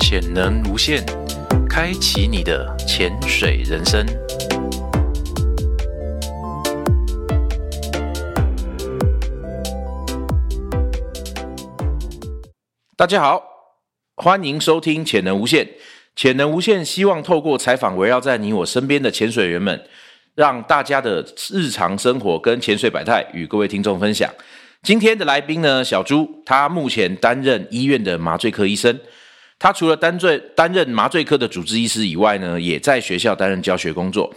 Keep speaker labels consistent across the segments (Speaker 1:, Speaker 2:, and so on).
Speaker 1: 潜能无限，开启你的潜水人生。大家好，欢迎收听《潜能无限》。《潜能无限》希望透过采访，围绕在你我身边的潜水员们，让大家的日常生活跟潜水百态与各位听众分享。今天的来宾呢，小朱，他目前担任医院的麻醉科医生。他除了担任担任麻醉科的主治医师以外呢，也在学校担任教学工作。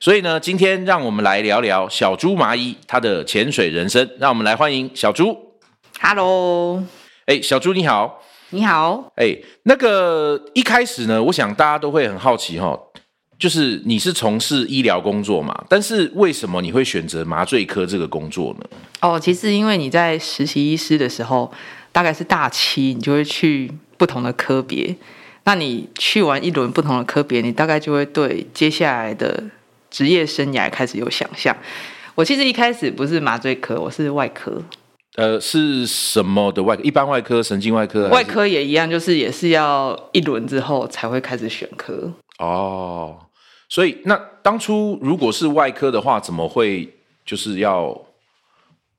Speaker 1: 所以呢，今天让我们来聊聊小朱麻医他的潜水人生。让我们来欢迎小朱。
Speaker 2: Hello，
Speaker 1: 哎，小朱你好。
Speaker 2: 你好。
Speaker 1: 哎，那个一开始呢，我想大家都会很好奇哈、就是你是从事医疗工作嘛，但是为什么你会选择麻醉科这个工作呢？
Speaker 2: 哦，其实因为你在实习医师的时候，大概是大七，你就会去不同的科别。那你去完一轮不同的科别，你大概就会对接下来的职业生涯开始有想象。我其实一开始不是麻醉科，我是外科，
Speaker 1: 呃，是什么的外科？一般外科、神经外科还是？
Speaker 2: 外科也一样，就是也是要一轮之后才会开始选科。
Speaker 1: 哦，所以那当初如果是外科的话，怎么会就是要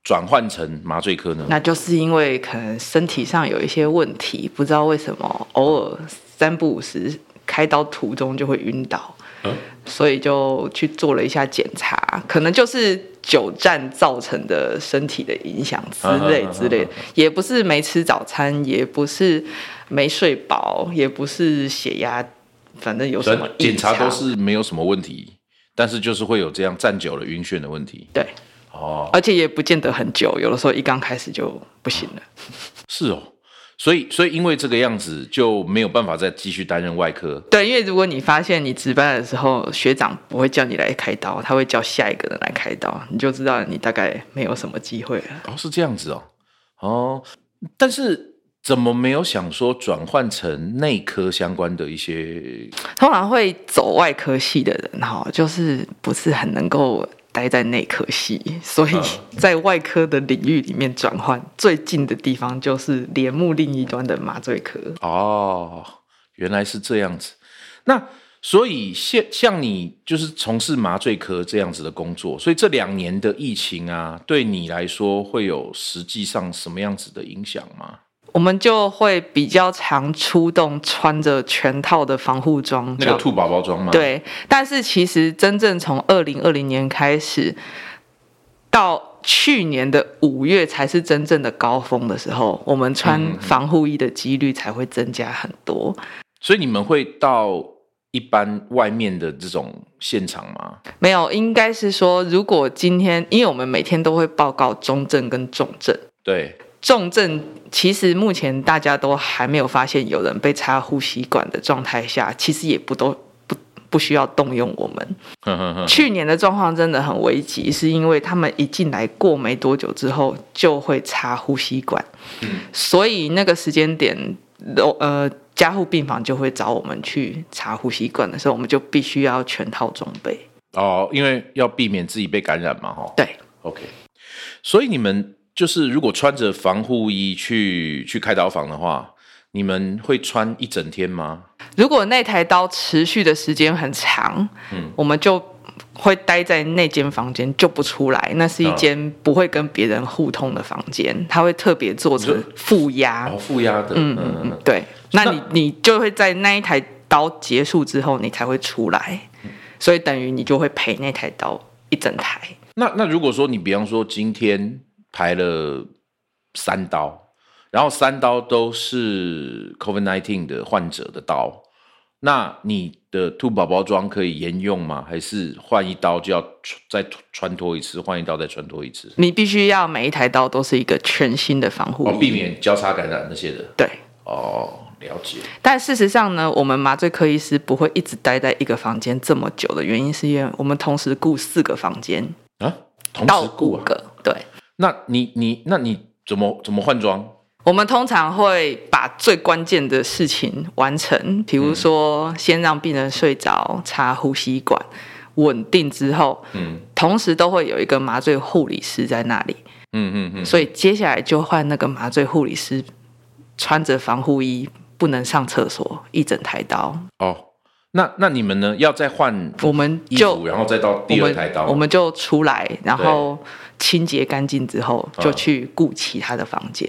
Speaker 1: 转换成麻醉科呢？
Speaker 2: 那就是因为可能身体上有一些问题，不知道为什么偶尔三不五时开刀途中就会晕倒，
Speaker 1: 嗯
Speaker 2: 所以就去做了一下检查，可能就是久站造成的身体的影响之类
Speaker 1: 啊啊啊啊
Speaker 2: 之类的，也不是没吃早餐，也不是没睡饱，也不是血压，反正有什么异
Speaker 1: 检查
Speaker 2: 常
Speaker 1: 都是没有什么问题，但是就是会有这样站久了晕眩的问题。
Speaker 2: 对，
Speaker 1: 哦，
Speaker 2: 而且也不见得很久，有的时候一刚开始就不行了。
Speaker 1: 是哦，所以所以因为这个样子就没有办法再继续担任外科。
Speaker 2: 对，因为如果你发现你值班的时候，学长不会叫你来开刀，他会叫下一个人来开刀，你就知道你大概没有什么机会了。
Speaker 1: 哦，是这样子哦，哦，但是怎么没有想说转换成内科相关的一些
Speaker 2: 通常会走外科系的人哈，就是不是很能够待在内科系，所以
Speaker 1: 嗯
Speaker 2: 在外科的领域里面转换，最近的地方就是帘幕另一端的麻醉科。
Speaker 1: 哦，原来是这样子。那所以像像你就是从事麻醉科这样子的工作，所以这两年的疫情啊，对你来说会有实际上什么样子的影响吗？
Speaker 2: 我们就会比较常出动，穿着全套的防护装，
Speaker 1: 那个
Speaker 2: 叫
Speaker 1: 兔宝宝装吗？，
Speaker 2: 对，但是其实真正从二零二零年开始到去年的五月才是真正的高峰的时候，我们穿
Speaker 1: 嗯嗯嗯
Speaker 2: 防护衣的几率才会增加很多。
Speaker 1: 所以你们会到一般外面的这种现场吗？
Speaker 2: 没有，应该是说，如果今天，因为我们每天都会报告中症跟重症，
Speaker 1: 对，
Speaker 2: 重症其实目前大家都还没有发现有人被插呼吸管的状态下，其实也不都不不需要动用我们。
Speaker 1: 哼哼哼，
Speaker 2: 去年的状况真的很危急，是因为他们一进来过没多久之后就会插呼吸管，所以那个时间点，楼呃加护病房就会找我们去插呼吸管的时候，我们就必须要全套装备。
Speaker 1: 哦，因为要避免自己被感染嘛，哈。
Speaker 2: 对，
Speaker 1: OK，所以你们就是如果穿着防护衣去去开刀房的话，你们会穿一整天吗？
Speaker 2: 如果那台刀持续的时间很长，
Speaker 1: 嗯
Speaker 2: 我们就。会待在那间房间就不出来，那是一间不会跟别人互通的房间，它会特别做成
Speaker 1: 你说
Speaker 2: 负压。
Speaker 1: 哦，负压的，
Speaker 2: 嗯
Speaker 1: 嗯
Speaker 2: 嗯
Speaker 1: 嗯
Speaker 2: 嗯
Speaker 1: 嗯，，
Speaker 2: 对。那你你就会在那一台刀结束之后，你才会出来，所以等于你就会陪那台刀一整台。
Speaker 1: 那那如果说你比方说今天排了三刀，然后三刀都是 COVID nineteen 的患者的刀，那你的兔宝宝装可以沿用吗？还是换一刀就要穿再穿脱一次，换一刀再穿脱一次？
Speaker 2: 你必须要每一台刀都是一个全新的防护
Speaker 1: 哦，避
Speaker 2: 衣，
Speaker 1: 免交叉感染那些的。
Speaker 2: 对。
Speaker 1: 哦，了解。
Speaker 2: 但事实上呢，我们麻醉科医师不会一直待在一个房间这么久的原因，是因为我们同时雇四个房间
Speaker 1: 啊，同
Speaker 2: 到
Speaker 1: 时雇
Speaker 2: 五
Speaker 1: 啊？
Speaker 2: 个，对。
Speaker 1: 那你你那你怎么怎么换装？
Speaker 2: 我们通常会把最关键的事情完成，比如说先让病人睡着，插呼吸管，稳定之后，
Speaker 1: 嗯
Speaker 2: 同时都会有一个麻醉护理师在那里，
Speaker 1: 嗯嗯嗯，
Speaker 2: 所以接下来就换那个麻醉护理师穿着防护衣。不能上厕所一整台刀，
Speaker 1: 哦，那那你们呢？要再换
Speaker 2: 我们
Speaker 1: 衣
Speaker 2: 就
Speaker 1: 服，然后再到第二台刀
Speaker 2: 我们，我们就出来，然
Speaker 1: 对
Speaker 2: 后清洁干净之后，
Speaker 1: 嗯
Speaker 2: 就去顾其他的房间。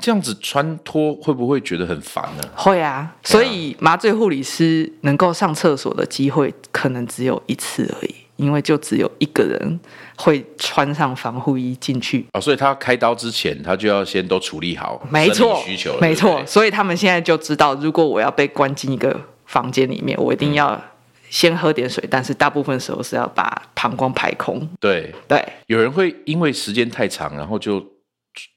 Speaker 1: 这样子穿脱会不会觉得很烦呢、
Speaker 2: 会啊，所以麻醉护理师能够上厕所的机会可能只有一次而已，因为就只有一个人会穿上防护衣进去。
Speaker 1: 哦，所以他开刀之前，他就要先都处理好
Speaker 2: 没
Speaker 1: 生
Speaker 2: 错
Speaker 1: 理需求了，
Speaker 2: 没
Speaker 1: 对
Speaker 2: 错。
Speaker 1: 不对
Speaker 2: 所以他们现在就知道，如果我要被关进一个房间里面，我一定要先喝点水，但是大部分时候是要把膀胱排空。
Speaker 1: 对，
Speaker 2: 对，
Speaker 1: 有人会因为时间太长，然后就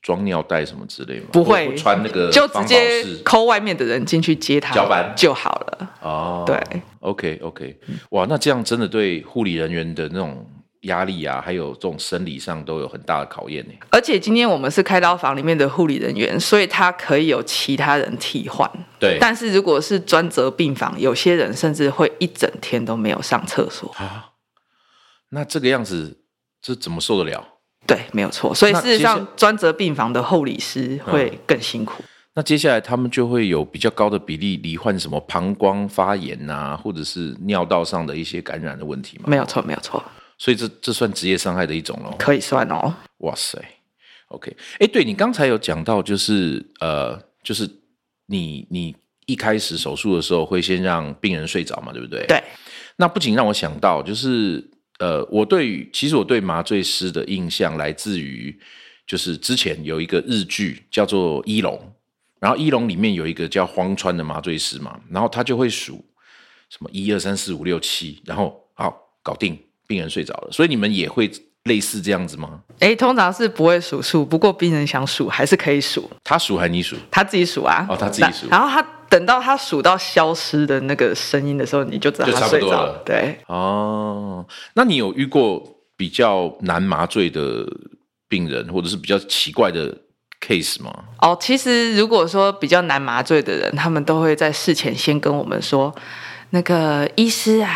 Speaker 1: 装尿袋什么之类吗？
Speaker 2: 不
Speaker 1: 或
Speaker 2: 会
Speaker 1: 或穿那个
Speaker 2: 就
Speaker 1: 防
Speaker 2: 直
Speaker 1: 呃保
Speaker 2: 接
Speaker 1: 式
Speaker 2: 抠外面的人进去接他
Speaker 1: 脚板
Speaker 2: 就好了。
Speaker 1: 哦，
Speaker 2: 对
Speaker 1: ，OK OK，哇，那这样真的对护理人员的那种压力啊，还有这种生理上都有很大的考验呢。
Speaker 2: 而且今天我们是开刀房里面的护理人员，所以他可以有其他人替换。
Speaker 1: 对
Speaker 2: 但是如果是专责病房，有些人甚至会一整天都没有上厕所。
Speaker 1: 啊，那这个样子，这怎么受得了？
Speaker 2: 对，没有错。所以
Speaker 1: 那
Speaker 2: 事实
Speaker 1: 接
Speaker 2: 上
Speaker 1: 下，
Speaker 2: 专责病房的护理师会更辛苦。
Speaker 1: 那接下来他们就会有比较高的比例罹患什么膀胱发炎啊，或者是尿道上的一些感染的问题嘛。
Speaker 2: 没有错，没有错，
Speaker 1: 所以这这算职业伤害的一种咯。
Speaker 2: 可以算哦。
Speaker 1: 哇塞，OK，哎，诶对你刚才有讲到，就是呃，就是你你一开始手术的时候会先让病人睡着嘛，对不对？。
Speaker 2: 对，
Speaker 1: 那不仅让我想到，就是呃，我对于其实我对麻醉师的印象来自于，就是之前有一个日剧叫做《一龙》，然后《一龙》里面有一个叫荒川的麻醉师嘛，然后他就会数什么一二三四五六七，然后好搞定，病人睡着了。所以你们也会类似这样子吗？
Speaker 2: 哎，通常是不会数数，不过病人想数还是可以数，
Speaker 1: 他数还你数？
Speaker 2: 他自己数啊。
Speaker 1: 哦他自己数
Speaker 2: 然后他等到他数到消失的那个声音的时候，你就知道
Speaker 1: 就
Speaker 2: 他
Speaker 1: 差不
Speaker 2: 睡
Speaker 1: 多
Speaker 2: 着
Speaker 1: 了
Speaker 2: 对，
Speaker 1: 哦，那你有遇过比较难麻醉的病人，或者是比较奇怪的 case 吗？
Speaker 2: 哦，其实如果说比较难麻醉的人，他们都会在事前先跟我们说，那个医师啊，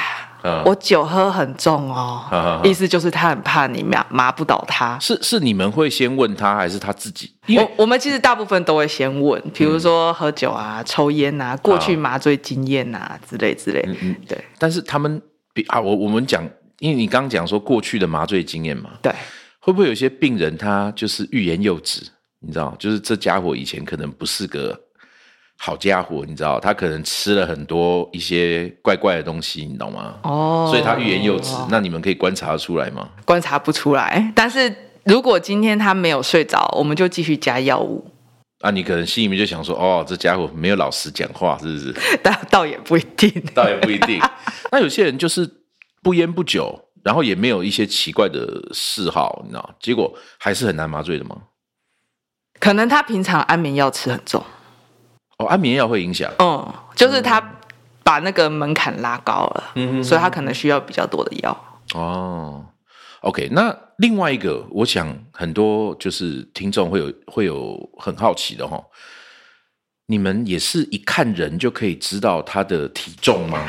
Speaker 1: 嗯
Speaker 2: 我酒喝很重哦，
Speaker 1: 哈哈哈
Speaker 2: 意思就是他很怕你麻麻不倒他。
Speaker 1: 是是你们会先问他，还是他自己？因为
Speaker 2: 我我们其实大部分都会先问，比如说喝酒啊、抽烟啊、过去
Speaker 1: 啊
Speaker 2: 麻醉经验啊之类之类。
Speaker 1: 嗯
Speaker 2: 对
Speaker 1: 但是他们比啊，我我们讲，因为你刚刚讲说过去的麻醉经验嘛，
Speaker 2: 对，
Speaker 1: 会不会有些病人他就是欲言又止？你知道，就是这家伙以前可能不是个好家伙，你知道，他可能吃了很多一些怪怪的东西，你懂吗？
Speaker 2: 哦，
Speaker 1: 所以他欲言又止，那你们可以观察得出来吗？
Speaker 2: 观察不出来。但是如果今天他没有睡着，我们就继续加药物，
Speaker 1: 啊，你可能心里面就想说，哦，这家伙没有老实讲话，是不是？
Speaker 2: 但倒也不一定。
Speaker 1: 倒也不一 定。那有些人就是不烟不酒，然后也没有一些奇怪的嗜好，你知道，结果还是很难麻醉的吗？
Speaker 2: 可能他平常安眠药吃很重，
Speaker 1: 哦，安眠药会影响。
Speaker 2: 嗯，就是他把那个门槛拉高了，
Speaker 1: 嗯哼
Speaker 2: 所以他可能需要比较多的药。
Speaker 1: 哦，OK，那另外一个，我想很多就是听众会有会有很好奇的哈。你们也是一看人就可以知道他的体重吗？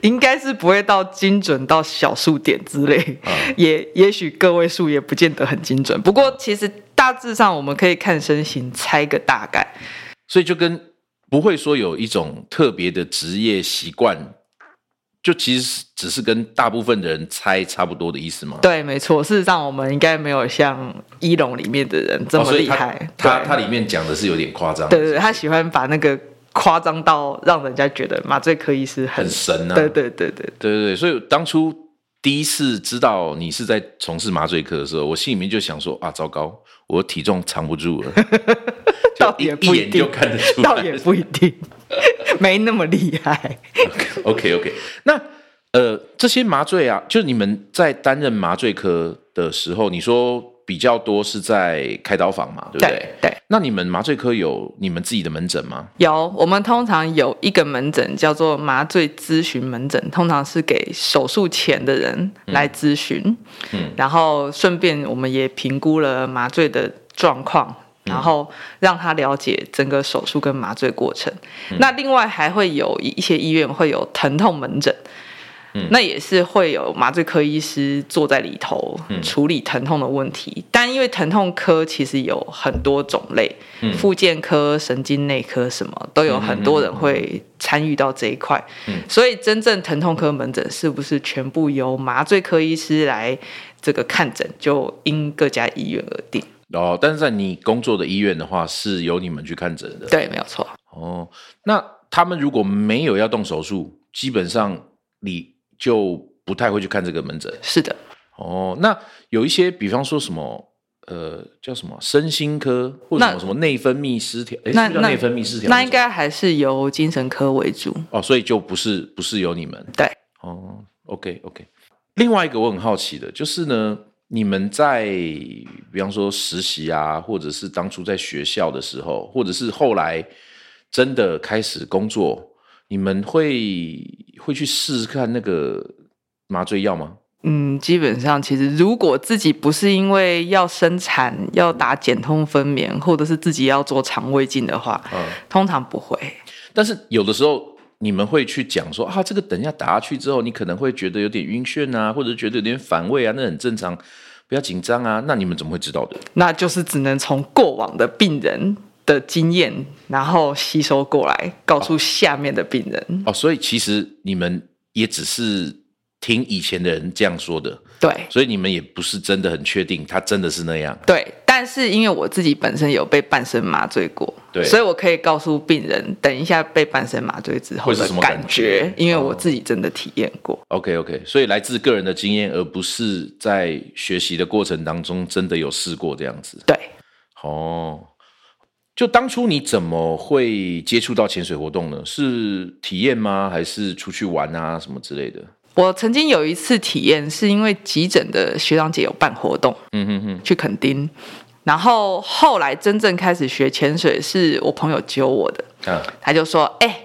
Speaker 2: 应该是不会到精准到小数点之类，
Speaker 1: 啊
Speaker 2: 也也许个位数也不见得很精准。不过其实大致上我们可以看身形猜个大概，
Speaker 1: 所以就跟不会说有一种特别的职业习惯，就其实是只是跟大部分的人猜差不多的意思吗？
Speaker 2: 对，没错。事实上我们应该没有像一龙里面的人这
Speaker 1: 哦
Speaker 2: 么
Speaker 1: 所以
Speaker 2: 厉
Speaker 1: 他
Speaker 2: 害。
Speaker 1: 他
Speaker 2: 对
Speaker 1: 他里面讲的是有点夸张，
Speaker 2: 对对对，他喜欢把那个夸张到让人家觉得麻醉科医师很
Speaker 1: 很神啊，
Speaker 2: 对对对对
Speaker 1: 对对对所以当初第一次知道你是在从事麻醉科的时候，我心里面就想说啊，糟糕，我体重藏不 住了，
Speaker 2: 倒也
Speaker 1: 一
Speaker 2: 不
Speaker 1: 一
Speaker 2: 一
Speaker 1: 眼就
Speaker 2: 定，
Speaker 1: 看得出来，
Speaker 2: 倒也不一 定，没那么厉害。
Speaker 1: OK OK，那呃，这些麻醉啊，就是你们在担任麻醉科的时候，你说比较多是在开刀房嘛，对不对？
Speaker 2: 对对，
Speaker 1: 那你们麻醉科有你们自己的门诊吗？
Speaker 2: 有我们通常有一个门诊叫做麻醉咨询门诊，通常是给手术前的人来咨询，
Speaker 1: 嗯
Speaker 2: 然后顺便我们也评估了麻醉的状况。
Speaker 1: 嗯
Speaker 2: 然后让他了解整个手术跟麻醉过程。那另外还会有一一些医院会有疼痛门诊，那也是会有麻醉科医师坐在里头、处理疼痛的问题。但因为疼痛科其实有很多种类，复健科、神经内科什么都有很多人会参与到这一块。所以真正疼痛科门诊是不是全部由麻醉科医师来这个看诊，就因各家医院而定。
Speaker 1: 哦，但是在你工作的医院的话，是由你们去看诊的。
Speaker 2: 对，没有错。
Speaker 1: 哦，那他们如果没有要动手术，基本上你就不太会去看这个门诊。
Speaker 2: 是的，
Speaker 1: 哦，那有一些，比方说什么，呃，叫什么身心科，或者
Speaker 2: 那
Speaker 1: 什么什么内分泌失调，诶
Speaker 2: 那
Speaker 1: 是不是叫
Speaker 2: 那
Speaker 1: 内分泌失调种，
Speaker 2: 那应该还是由精神科为主。
Speaker 1: 哦，所以就不是不是由你们
Speaker 2: 对，
Speaker 1: 哦，OK OK。另外一个我很好奇的就是呢，你们在比方说实习啊，或者是当初在学校的时候，或者是后来真的开始工作，你们会会去试试看那个麻醉药吗？
Speaker 2: 嗯，基本上其实如果自己不是因为要生产、要打减痛分娩，或者是自己要做肠胃镜的话，
Speaker 1: 嗯，
Speaker 2: 通常不会。
Speaker 1: 但是有的时候你们会去讲说啊，这个等一下打下去之后，你可能会觉得有点晕眩啊，或者觉得有点反胃啊，那很正常，不要紧张啊。那你们怎么会知道的？
Speaker 2: 那就是只能从过往的病人的经验，然后吸收过来，告诉下面的病人。
Speaker 1: 哦，所以其实你们也只是听以前的人这样说的，
Speaker 2: 对
Speaker 1: 所以你们也不是真的很确定他真的是那样。
Speaker 2: 对，但是因为我自己本身有被半身麻醉过，
Speaker 1: 对
Speaker 2: 所以我可以告诉病人，等一下被半身麻醉之后
Speaker 1: 会是
Speaker 2: 的
Speaker 1: 什么
Speaker 2: 感
Speaker 1: 感觉
Speaker 2: 觉，因为我
Speaker 1: 哦
Speaker 2: 自己真的体验过。
Speaker 1: OK OK，所以来自个人的经验，而不是在学习的过程当中真的有试过这样子。
Speaker 2: 对，
Speaker 1: 哦，就当初你怎么会接触到潜水活动呢？是体验吗？还是出去玩啊什么之类的？
Speaker 2: 我曾经有一次体验，是因为急诊的学长姐有办活动
Speaker 1: 嗯哼哼，
Speaker 2: 去垦丁，然后后来真正开始学潜水是我朋友揪我的，
Speaker 1: 啊，
Speaker 2: 他就说：“哎、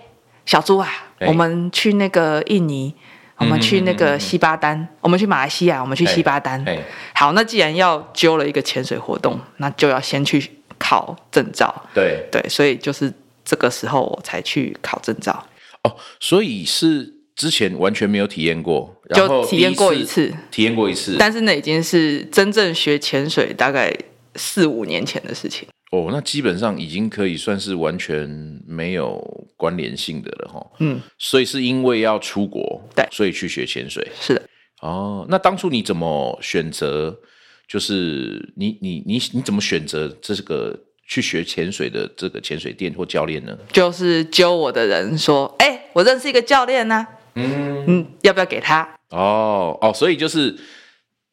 Speaker 2: 小朱啊，
Speaker 1: 哎嗯
Speaker 2: 我们去那个印尼，我们去那个西巴丹，我们去马来西亚，我们去西巴丹。
Speaker 1: 哎，
Speaker 2: 好，那既然要揪了一个潜水活动，那就要先去考证照。
Speaker 1: 对，
Speaker 2: 对，所以就是这个时候我才去考证照，
Speaker 1: 哦，所以是之前完全没有体验过，然后
Speaker 2: 就体验过一
Speaker 1: 第
Speaker 2: 次。
Speaker 1: 体验过一次，
Speaker 2: 但是那已经是真正学潜水大概四五年前的事情。
Speaker 1: 哦，那基本上已经可以算是完全没有关联性的了哈。
Speaker 2: 嗯，
Speaker 1: 所以是因为要出国，
Speaker 2: 对
Speaker 1: 所以去学潜水。
Speaker 2: 是的，
Speaker 1: 哦，那当初你怎么选择？就是你你你你怎么选择这个去学潜水的这个潜水店或教练呢？
Speaker 2: 就是揪我的人说：“哎、我认识一个教练呐、
Speaker 1: 嗯，
Speaker 2: 嗯，要不要给他
Speaker 1: 哦哦，所以就是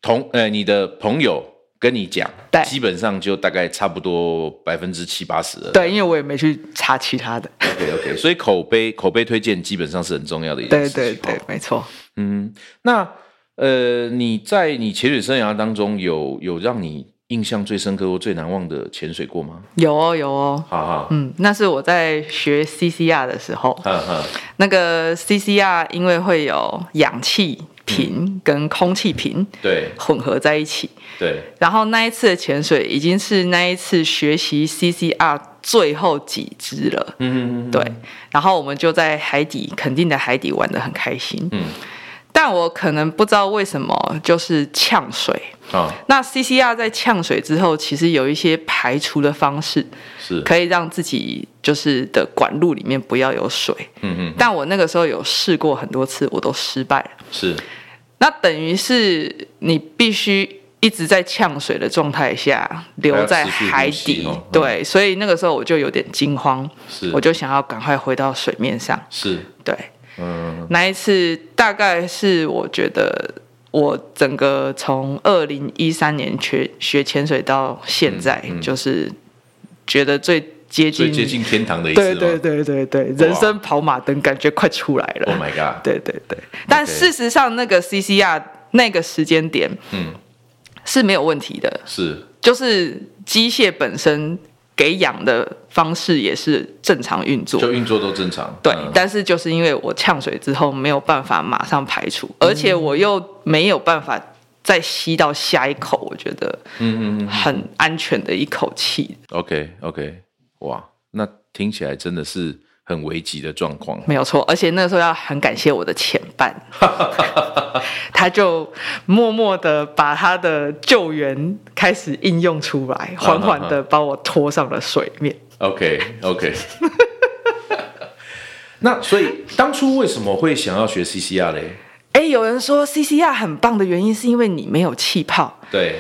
Speaker 1: 同呃你的朋友跟你讲，
Speaker 2: 对
Speaker 1: 基本上就大概差不多百分之七八十了。？”
Speaker 2: 对，因为我也没去查其他的。
Speaker 1: ，OK OK，所以口碑口碑推荐基本上是很重要的一件
Speaker 2: 对
Speaker 1: 事情。哦
Speaker 2: 对对，没错。
Speaker 1: 嗯，那呃，你在你潜水生涯当中有有让你印象最深刻或最难忘的潜水过吗？
Speaker 2: 有哦有哦，
Speaker 1: 哈哈，
Speaker 2: 嗯，那是我在学 CCR 的时候，
Speaker 1: 哈哈，
Speaker 2: 那个 CCR 因为会有氧气瓶跟空气瓶
Speaker 1: 对
Speaker 2: 混合在一起，
Speaker 1: 对，
Speaker 2: 然后那一次的潜水已经是那一次学习 CCR 最后几支了，
Speaker 1: 嗯，
Speaker 2: 对。然后我们就在海底，肯定的海底玩的很开心。
Speaker 1: 嗯，
Speaker 2: 但我可能不知道为什么就是呛水。
Speaker 1: 啊，
Speaker 2: 那 CCR 在呛水之后，其实有一些排除的方式，
Speaker 1: 是，
Speaker 2: 可以让自己就是的管路里面不要有水。
Speaker 1: 嗯嗯，
Speaker 2: 但我那个时候有试过很多次，我都失败了。
Speaker 1: 是，
Speaker 2: 那等于是你必须一直在呛水的状态下留在海
Speaker 1: 还要持续呼
Speaker 2: 底
Speaker 1: 吸哦，
Speaker 2: 对，所以那个时候我就有点惊慌，
Speaker 1: 是
Speaker 2: 我就想要赶快回到水面上。
Speaker 1: 是，
Speaker 2: 对，
Speaker 1: 嗯，
Speaker 2: 那一次大概是我觉得我整个从二零一三年学学潜水到现在，
Speaker 1: 嗯嗯
Speaker 2: 就是觉得最接
Speaker 1: 最
Speaker 2: 近，
Speaker 1: 接近天堂的一次
Speaker 2: 对
Speaker 1: 吗
Speaker 2: 对对对对，人生跑马灯感觉快出来 了。
Speaker 1: ，Oh my god，
Speaker 2: 对对对，但事实上那个 CCR 那个时间点
Speaker 1: 嗯，
Speaker 2: 是没有问题的，
Speaker 1: 是
Speaker 2: 就是机械本身给氧的方式也是正常运作。
Speaker 1: 就运作都正常，
Speaker 2: 对，
Speaker 1: 嗯
Speaker 2: 但是就是因为我呛水之后没有办法马上排除，
Speaker 1: 嗯
Speaker 2: 而且我又没有办法再吸到下一口，我觉得
Speaker 1: 嗯嗯嗯
Speaker 2: 很安全的一口气。
Speaker 1: ，OK OK，哇，那听起来真的是很危急的状况。
Speaker 2: 没有错，而且那个时候要很感谢我的前 伴，他就默默的把他的救援开始应用出来，缓缓
Speaker 1: 嗯
Speaker 2: 的把我拖上了水面。
Speaker 1: OK OK 那所以当初为什么会想要学 CCR 嘞？
Speaker 2: 哎，有人说 CCR 很棒的原因是因为你没有气泡。
Speaker 1: 对，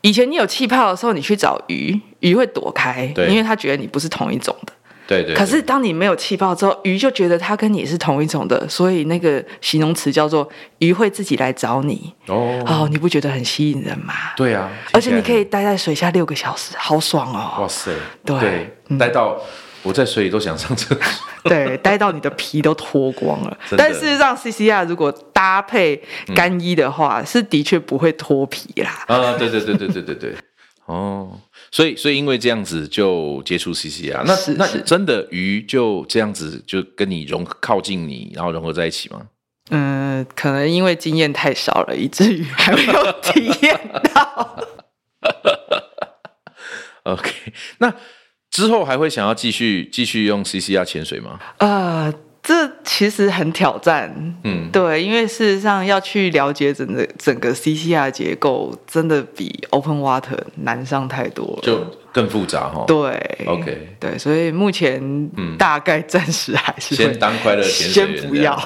Speaker 2: 以前你有气泡的时候，你去找鱼，鱼会躲开，
Speaker 1: 对
Speaker 2: 因为他觉得你不是同一种的。
Speaker 1: 对对。
Speaker 2: 可是当你没有气泡之后，鱼就觉得它跟你是同一种的，所以那个形容词叫做“鱼会自己来找你”
Speaker 1: 对哦，
Speaker 2: 哦，你不觉得很吸引人吗？
Speaker 1: 对啊，
Speaker 2: 而且你可
Speaker 1: 以，
Speaker 2: 以待在水下六个小时，好爽 哦！
Speaker 1: 哇塞，
Speaker 2: 对嗯
Speaker 1: 待到我在水里都想上厕所。
Speaker 2: 对，待到你的皮都脱光了
Speaker 1: 真的。
Speaker 2: 但事实上，CCR 如果搭配干衣的话，是的确不会脱皮啦。
Speaker 1: 啊，对对对对对对对，哦，所以所以因为这样子就接触 CCR，那
Speaker 2: 是
Speaker 1: 那
Speaker 2: 是
Speaker 1: 真的鱼就这样子就跟你融靠近你，然后融合在一起吗？
Speaker 2: 嗯，可能因为经验太少了，以至于还没有体 验到。
Speaker 1: OK，那 之后还会想要继续继续用 CCR 潜水吗？
Speaker 2: 呃，这其实很挑战。
Speaker 1: 嗯，
Speaker 2: 对，因为事实上要去了解整个整个 CCR 结构，真的比 Open Water 难上太多了。
Speaker 1: 就更复杂哈。
Speaker 2: 对
Speaker 1: OK 嗯
Speaker 2: 对，所以目前大概暂时还是会
Speaker 1: 先当快乐潜水员，
Speaker 2: 先不要。。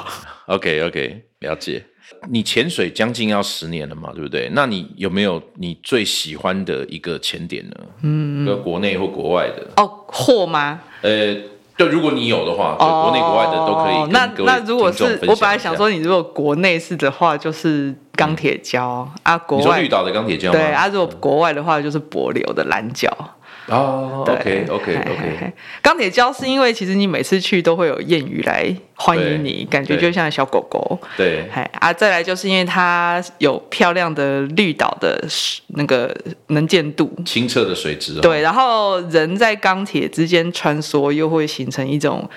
Speaker 1: OK OK，了解。你潜水将近要十年了嘛，对不对？那你有没有你最喜欢的一个潜点呢？嗯，国内或国外的？
Speaker 2: 哦，货吗？
Speaker 1: 呃，就如果你有的话，就
Speaker 2: 哦，
Speaker 1: 国内国外的都可以跟
Speaker 2: 那
Speaker 1: 各位
Speaker 2: 那如果
Speaker 1: 听众
Speaker 2: 是
Speaker 1: 分
Speaker 2: 我
Speaker 1: 享
Speaker 2: 本来
Speaker 1: 一
Speaker 2: 想
Speaker 1: 下
Speaker 2: 说，，你如果国内是的话，就是钢铁胶啊，国
Speaker 1: 嗯你说
Speaker 2: 外
Speaker 1: 绿岛的钢铁匠吗？嗯
Speaker 2: 对啊，如果国外的话就是柏流的蓝角。
Speaker 1: 哦
Speaker 2: 对
Speaker 1: ，OK OK
Speaker 2: 嘿嘿
Speaker 1: OK，
Speaker 2: 嘿钢铁礁是因为其实你每次去都会有谚语来欢迎你，感觉
Speaker 1: 对
Speaker 2: 就像小狗狗。
Speaker 1: 对
Speaker 2: 哎啊，再来就是因为它有漂亮的绿岛的那个能见度，
Speaker 1: 清澈的水质哦，
Speaker 2: 对，然后人在钢铁之间穿梭，又会形成一种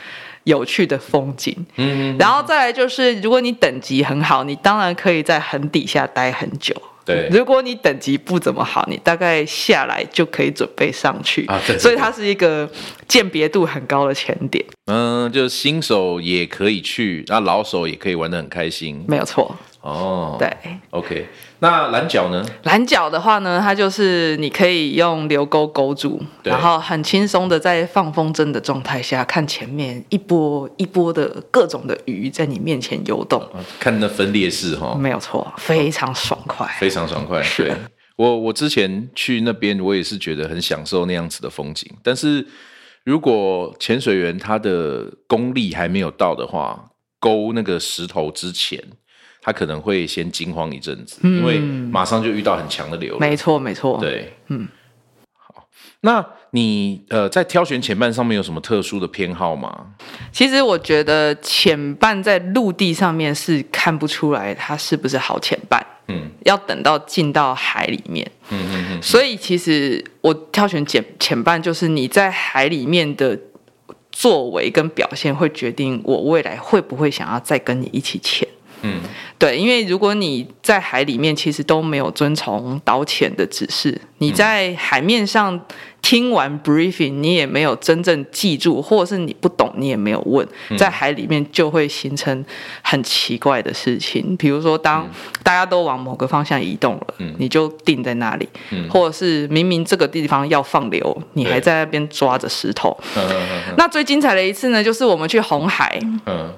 Speaker 2: 有趣的风景。
Speaker 1: 嗯，嗯，
Speaker 2: 然后再来就是，如果你等级很好，你当然可以在很底下待很久。
Speaker 1: 对
Speaker 2: 如果你等级不怎么好，你大概下来就可以准备上去。
Speaker 1: 啊对对
Speaker 2: 所以
Speaker 1: 对
Speaker 2: 它是一个鉴别度很高的前点，
Speaker 1: 嗯，就是新手也可以去，那老手也可以玩的很开心
Speaker 2: 没有错。
Speaker 1: 哦。
Speaker 2: 对，
Speaker 1: ，OK，那蓝角呢？
Speaker 2: 蓝角的话呢，它就是你可以用流钩勾住，
Speaker 1: 对
Speaker 2: 然后很轻松的在放风筝的状态下，看前面一波一波的各种的鱼在你面前游动，
Speaker 1: 啊看那分裂式哈，
Speaker 2: 没有错，非常爽快。
Speaker 1: 哦非常爽快。
Speaker 2: 是
Speaker 1: 对我，我之前去那边，我也是觉得很享受那样子的风景。但是如果潜水员他的功力还没有到的话，勾那个石头之前，他可能会先惊慌一阵子，因为马上就遇到很强的流了。
Speaker 2: 没错，没错。
Speaker 1: 对，嗯，好。那你呃，在挑选前半上面有什么特殊的偏好吗？
Speaker 2: 其实我觉得潜伴在陆地上面是看不出来它是不是好潜伴，
Speaker 1: 嗯
Speaker 2: 要等到进到海里面。
Speaker 1: 嗯嗯嗯，
Speaker 2: 所以其实我挑选潜潜伴，就是你在海里面的作为跟表现，会决定我未来会不会想要再跟你一起潜。
Speaker 1: 嗯，
Speaker 2: 对，因为如果你在海里面其实都没有遵从导潜的指示，你在海面上听完 briefing，你也没有真正记住，或者是你不懂，你也没有问，
Speaker 1: 嗯
Speaker 2: 在海里面就会形成很奇怪的事情。比如说，
Speaker 1: 嗯
Speaker 2: 当大家都往某个方向移动了，你就定在那里，或者是明明这个地方要放流，你
Speaker 1: 嗯
Speaker 2: 还
Speaker 1: 对
Speaker 2: 在那边抓着石头。
Speaker 1: 嗯嗯
Speaker 2: 那最精彩的一次呢，就是我们去红海，
Speaker 1: 嗯嗯，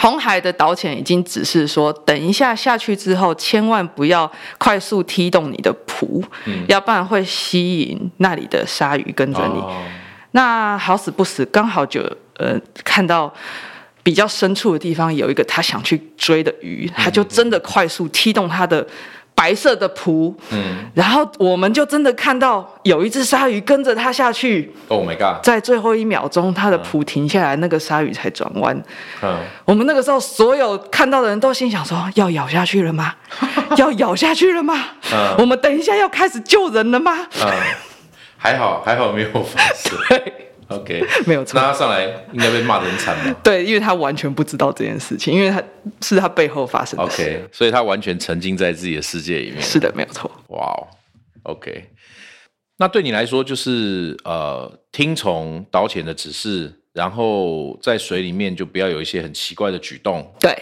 Speaker 2: 红海的导潜已经指示说，等一下下去之后，千万不要快速踢动你的蹼，
Speaker 1: 嗯
Speaker 2: 要不然会吸引那里的鲨鱼跟着你。
Speaker 1: 哦
Speaker 2: 那好死不死，刚好就呃看到比较深处的地方有一个他想去追的
Speaker 1: 嗯
Speaker 2: 鱼，他就真的快速踢动他的白色的蹼，
Speaker 1: 嗯
Speaker 2: 然后我们就真的看到有一只鲨鱼跟着他下去，
Speaker 1: ，Oh my God，
Speaker 2: 在最后一秒钟，他的蹼停下来，那个鲨鱼才转弯。
Speaker 1: 嗯，
Speaker 2: 我们那个时候所有看到的人都心想说：要咬下去了 吗？要咬下去了吗？
Speaker 1: 嗯
Speaker 2: 我们等一下要开始救人了吗？
Speaker 1: 嗯，还好还好没有发 生。OK，
Speaker 2: 没有错
Speaker 1: 那他上来应该被骂得很惨吧
Speaker 2: 对，因为他完全不知道这件事情，因为他是他背后发生的事。
Speaker 1: ？OK，所以他完全沉浸在自己的世界里面。
Speaker 2: 是的，没有错。
Speaker 1: 哇、哦 o k 那对你来说就是呃，听从导潜的指示，然后在水里面就不要有一些很奇怪的举动。
Speaker 2: 对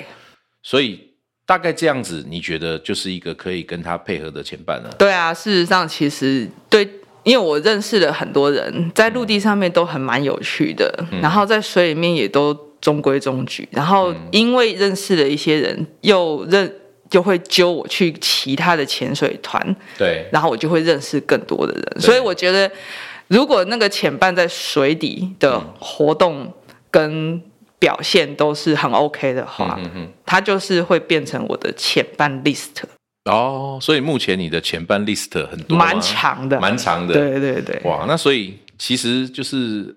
Speaker 1: 所以大概这样子，你觉得就是一个可以跟他配合的前伴了？
Speaker 2: 对啊，事实上其实对。因为我认识了很多人，在陆地上面都很蛮有趣的，
Speaker 1: 嗯
Speaker 2: 然后在水里面也都中规中矩。然后因为认识了一些人，又认就会揪我去其他的潜水团，
Speaker 1: 对，
Speaker 2: 然后我就会认识更多的人。
Speaker 1: 对
Speaker 2: 所以我觉得，如果那个潜伴在水底的
Speaker 1: 嗯
Speaker 2: 活动跟表现都是很 OK 的话，
Speaker 1: 嗯哼。
Speaker 2: 它就是会变成我的潜伴 list，
Speaker 1: 哦，所以目前你的前伴 list 很多吗，
Speaker 2: 蛮长的，
Speaker 1: 蛮长的。
Speaker 2: 对对对，
Speaker 1: 哇，那所以其实就是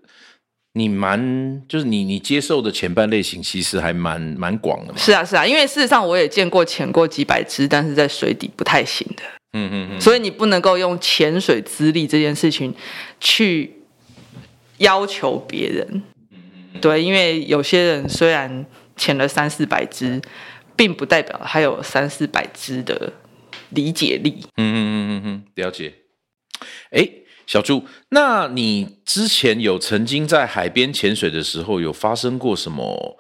Speaker 1: 你蛮，就是你你接受的前半类型其实还蛮蛮广的嘛。
Speaker 2: 是啊是啊，因为事实上我也见过潜过几百只，但是在水底不太行的，
Speaker 1: 嗯嗯嗯，
Speaker 2: 所以你不能够用潜水资历这件事情去要求别人。对，因为有些人虽然潜了三四百只，并不代表他有三四百只的理解力。
Speaker 1: 嗯嗯嗯嗯嗯，了解。哎，小朱，那你之前有曾经在海边潜水的时候，有发生过什么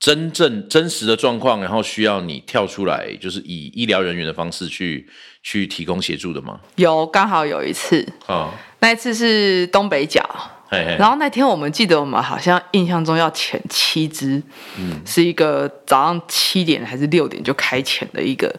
Speaker 1: 真正真实的状况，然后需要你跳出来，就是以医疗人员的方式去去提供协助的吗？
Speaker 2: 有，刚好有一次，
Speaker 1: 啊，
Speaker 2: 那一次是东北角，
Speaker 1: 嘿嘿，
Speaker 2: 然后那天我们记得我们好像印象中要潜七只，
Speaker 1: 嗯
Speaker 2: 是一个早上七点还是六点就开潜的一个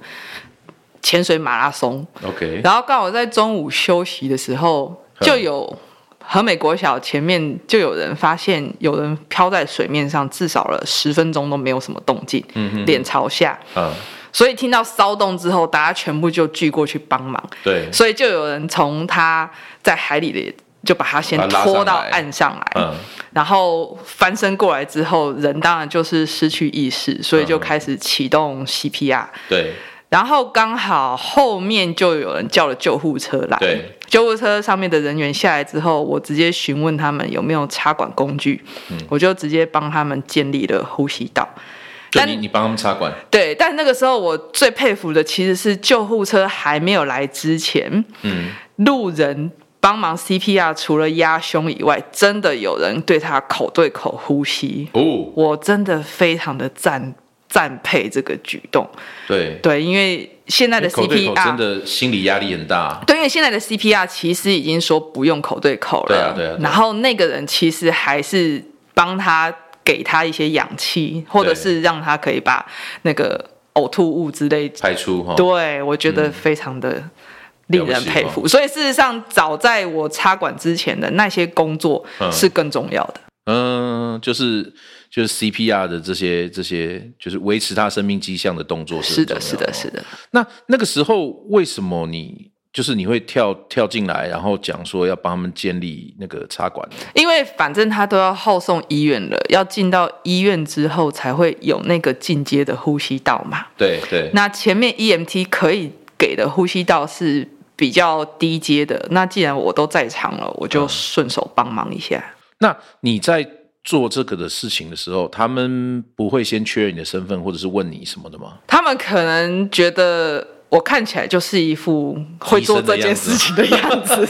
Speaker 2: 潜水马拉松。
Speaker 1: OK，
Speaker 2: 然后刚好在中午休息的时候，
Speaker 1: 嗯
Speaker 2: 就有和美国小前面就有人发现有人漂在水面上至少了十分钟都没有什么动静，脸朝下，
Speaker 1: 嗯，
Speaker 2: 所以听到骚动之后，大家全部就聚过去帮忙。
Speaker 1: 对，
Speaker 2: 所以就有人从他在海里的，就把他先
Speaker 1: 把他拉
Speaker 2: 拖
Speaker 1: 上
Speaker 2: 到
Speaker 1: 来
Speaker 2: 岸上来，
Speaker 1: 嗯
Speaker 2: 然后翻身过来之后，人当然就是失去意识，所以就
Speaker 1: 嗯
Speaker 2: 开始启动 CPR，、
Speaker 1: 对，
Speaker 2: 然后刚好后面就有人叫了救护车来
Speaker 1: 对，
Speaker 2: 救护车上面的人员下来之后，我直接询问他们有没有插管工具，
Speaker 1: 嗯
Speaker 2: 我就直接帮他们建立了呼吸道。
Speaker 1: 就
Speaker 2: 但
Speaker 1: 你你帮他们插管，
Speaker 2: 对，但那个时候我最佩服的其实是救护车还没有来之前，
Speaker 1: 嗯，
Speaker 2: 路人帮忙 CPR，除了压胸以外，真的有人对他口对口呼吸，
Speaker 1: 哦，
Speaker 2: 我真的非常的赞赞佩这个举动。
Speaker 1: 对，
Speaker 2: 对，因为现在的
Speaker 1: 哎口对口真
Speaker 2: CPR
Speaker 1: 的心理压力很大，
Speaker 2: 对，因为现在的 CPR 其实已经说不用口对口了，
Speaker 1: 对啊对啊对啊
Speaker 2: 然后那个人其实还是帮他给他一些氧气，或者
Speaker 1: 对
Speaker 2: 是让他可以把那个呕吐物之类
Speaker 1: 排出哈，
Speaker 2: 对，我觉得非常的令人佩
Speaker 1: 了不
Speaker 2: 服。所以事实上，早在我插管之前的那些工作
Speaker 1: 嗯
Speaker 2: 是更重要的。
Speaker 1: 嗯，就是就是 CPR 的这些这些，就是维持他生命迹象的动作是
Speaker 2: 是
Speaker 1: 很
Speaker 2: 的，是
Speaker 1: 重要
Speaker 2: 的，是。的。
Speaker 1: 那那个时候为什么你就是你会跳跳进来，然后讲说要帮他们建立那个插管呢？
Speaker 2: 因为反正他都要后送医院了，要进到医院之后才会有那个进阶的呼吸道嘛。
Speaker 1: 对对，
Speaker 2: 那前面 EMT 可以给的呼吸道是比较低阶的。那既然我都在场了，我就顺手帮忙一下。
Speaker 1: 那你在做这个的事情的时候，他们不会先确认你的身份，或者是问你什么的吗？
Speaker 2: 他们可能觉得我看起来就是一副会做这件事情的样子，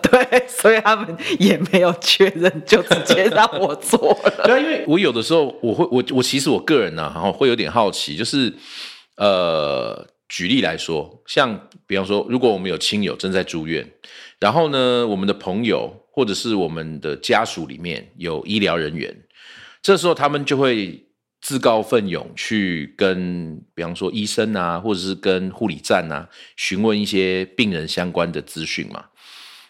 Speaker 2: 对，所以他们也没有确认，就直接让我做了。
Speaker 1: 对啊，因为我有的时候我会我我其实我个人呢、然后会有点好奇，就是呃，举例来说，像比方说，如果我们有亲友正在住院，然后呢，我们的朋友或者是我们的家属里面有医疗人员，这时候他们就会。自告奋勇去跟，比方说医生啊，或者是跟护理站啊，询问一些病人相关的资讯嘛。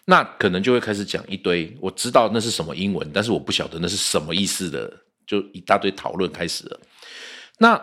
Speaker 1: 那可能就会开始讲一堆，我知道那是什么英文，但是我不晓得那是什么意思的，就一大堆讨论开始了。那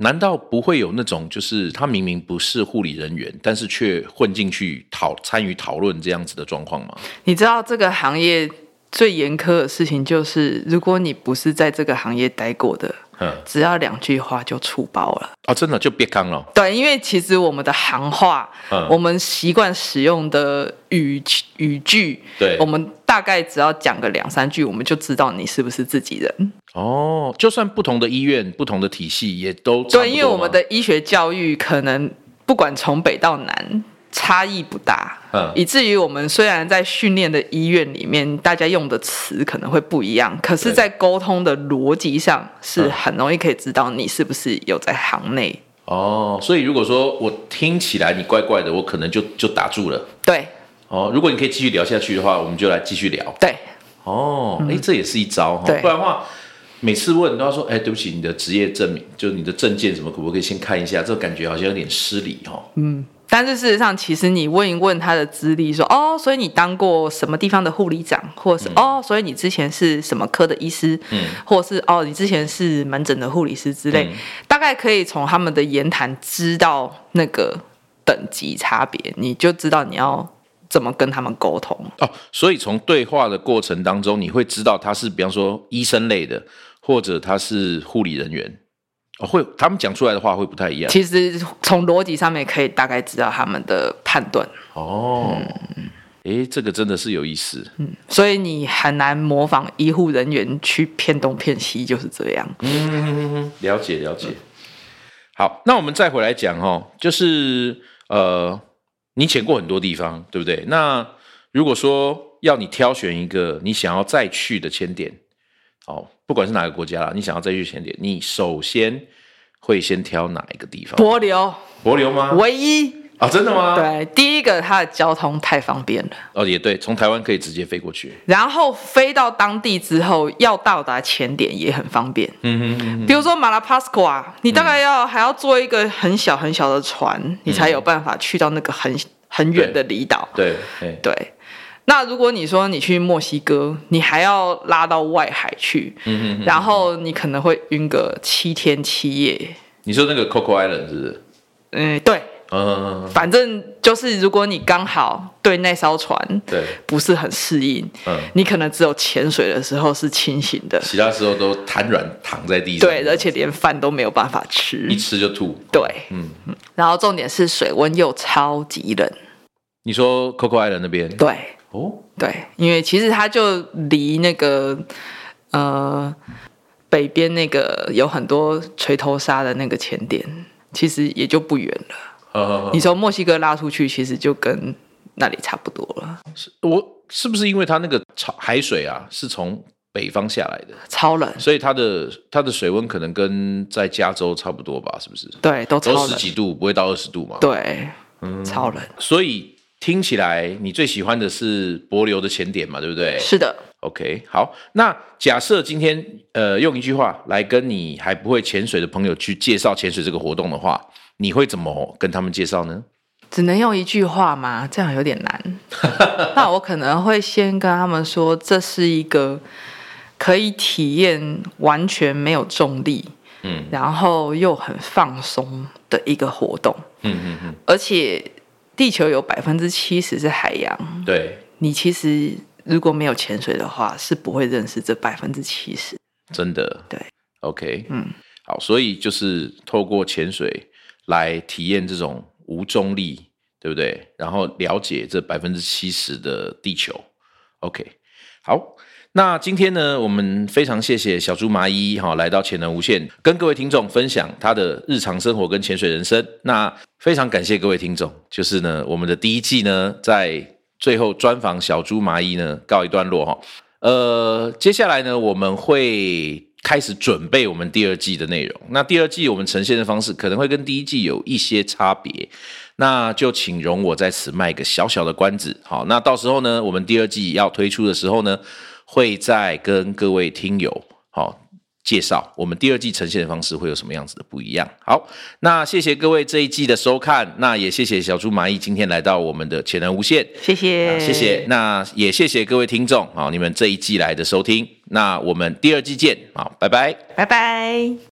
Speaker 1: 难道不会有那种，就是他明明不是护理人员，但是却混进去讨参与讨论这样子的状况吗？
Speaker 2: 你知道这个行业最严苛的事情就是，如果你不是在这个行业待过的，
Speaker 1: 嗯，
Speaker 2: 只要两句话就出包了。
Speaker 1: 哦，真的就别看了，
Speaker 2: 对，因为其实我们的行话，
Speaker 1: 嗯
Speaker 2: 我们习惯使用的语语句，
Speaker 1: 对
Speaker 2: 我们大概只要讲个两三句，我们就知道你是不是自己人。
Speaker 1: 哦，就算不同的医院、不同的体系，也都差不多
Speaker 2: 对，因为我
Speaker 1: 吗
Speaker 2: 们的医学教育可能不管从北到南，差异不大，
Speaker 1: 嗯
Speaker 2: 以至于我们虽然在训练的医院里面，大家用的词可能会不一样，可是，
Speaker 1: 对
Speaker 2: 在沟通的逻辑上是
Speaker 1: 嗯
Speaker 2: 很容易可以知道你是不是有在行内。
Speaker 1: 哦，所以如果说我听起来你怪怪的，我可能就就打住了。
Speaker 2: 对
Speaker 1: 哦，如果你可以继续聊下去的话，我们就来继续聊。
Speaker 2: 对，
Speaker 1: 哦，哎、这也是一招哈、
Speaker 2: 嗯对
Speaker 1: 不然的话，每次问都要说，哎、对不起，你的职业证明，就是你的证件什么，可不可以先看一下？这感觉好像有点失礼哈、
Speaker 2: 但是事实上，其实你问一问他的资历，说哦，所以你当过什么地方的护理长，或者是、哦，所以你之前是什么科的医师，嗯，或者是哦，你之前是门诊的护理师之类，大概可以从他们的言谈知道那个等级差别，你就知道你要怎么跟他们沟通。
Speaker 1: 哦，所以从对话的过程当中，你会知道他是，比方说医生类的，或者他是护理人员，哦，会他们讲出来的话会不太一样。
Speaker 2: 其实从逻辑上面可以大概知道他们的判断，
Speaker 1: 哦，
Speaker 2: 嗯
Speaker 1: 哎、这个真的是有意思。
Speaker 2: 所以你很难模仿医护人员去骗东骗西，就是这样。
Speaker 1: 了解了解。好，那我们再回来讲哦，就是呃，你潜过很多地方，对不对？那如果说要你挑选一个你想要再去的潜点，哦，不管是哪个国家啦，你想要再去潜点，你首先会先挑哪一个地方？
Speaker 2: 柏流
Speaker 1: 柏流吗？
Speaker 2: 唯一
Speaker 1: 啊，真的吗？，
Speaker 2: 对，第一个它的交通太方便了，
Speaker 1: 哦，也对，从台湾可以直接飞过去。
Speaker 2: 然后飞到当地之后要到达前点也很方便。
Speaker 1: 嗯哼嗯
Speaker 2: 比如说马拉帕斯瓜，你大概要、还要坐一个很小很小的船，你才有办法去到那个很很远的离岛
Speaker 1: 哼，。对，哎，
Speaker 2: 对。那如果你说你去墨西哥，你还要拉到外海去，
Speaker 1: 嗯哼，
Speaker 2: 然后你可能会晕个七天七夜。
Speaker 1: 你说那个 Coco Island 是不是？
Speaker 2: 嗯，对，
Speaker 1: 嗯嗯，嗯嗯
Speaker 2: 反正就是如果你刚好对那艘船
Speaker 1: 对，
Speaker 2: 不是很适应，
Speaker 1: 嗯，
Speaker 2: 你可能只有潜水的时候是清醒的，
Speaker 1: 其他时候都瘫软躺在地上。
Speaker 2: 对，而且连饭都没有办法吃
Speaker 1: 一，吃就吐。
Speaker 2: 对，
Speaker 1: 嗯，
Speaker 2: 然后重点是水温又超级冷，
Speaker 1: 你说 Coco Island 那边
Speaker 2: 对
Speaker 1: 哦，
Speaker 2: 对，因为其实它就离那个呃北边那个有很多锤头鲨的那个潜点，其实也就不远了。
Speaker 1: 呃，
Speaker 2: 你从墨西哥拉出去，其实就跟那里差不多了，
Speaker 1: 我是不是因为它那个潮海水啊是从北方下来的，
Speaker 2: 超冷，
Speaker 1: 所以它的它的水温可能跟在加州差不多吧？是不是？
Speaker 2: 对，都超
Speaker 1: 都十
Speaker 2: 冷，
Speaker 1: 几嗯度，不会到二十度嘛？。
Speaker 2: 对，超冷，
Speaker 1: 所以听起来你最喜欢的是柏流的前点嘛，对不对
Speaker 2: 是的。
Speaker 1: ？OK，好，那假设今天呃用一句话来跟你还不会潜水的朋友去介绍潜水这个活动的话，你会怎么跟他们介绍呢？
Speaker 2: 只能用一句话吗？这样有点 难。那我可能会先跟他们说，这是一个可以体验完全没有重力，
Speaker 1: 嗯，
Speaker 2: 然后又很放松的一个活动，
Speaker 1: 嗯嗯嗯，
Speaker 2: 而且地球有百分之七十是海洋，
Speaker 1: 对，
Speaker 2: 你其实如果没有潜水的话，是不会认识这百分之七十。
Speaker 1: 真的，
Speaker 2: 对
Speaker 1: ，OK，
Speaker 2: 嗯，
Speaker 1: 好，所以就是透过潜水来体验这种无重力，对不对？然后了解这百分之七十的地球，OK，好。那今天呢，我们非常谢谢小猪麻衣哈、来到潜能无限，跟各位听众分享他的日常生活跟潜水人生。那非常感谢各位听众，就是呢，我们的第一季呢，在最后专访小猪麻衣呢告一段落哈、呃，接下来呢，我们会开始准备我们第二季的内容。那第二季我们呈现的方式可能会跟第一季有一些差别，那就请容我在此卖个小小的关子。好，那到时候呢，我们第二季要推出的时候呢，会再跟各位听友好。介绍我们第二季呈现的方式会有什么样子的不一样？好，那谢谢各位这一季的收看，那也谢谢小猪蚂蚁今天来到我们的潜能无限。
Speaker 2: 谢谢、
Speaker 1: 啊谢谢，，那也谢谢各位听众啊、好你们这一季来的收听，那我们第二季见啊、好拜拜。
Speaker 2: 拜拜。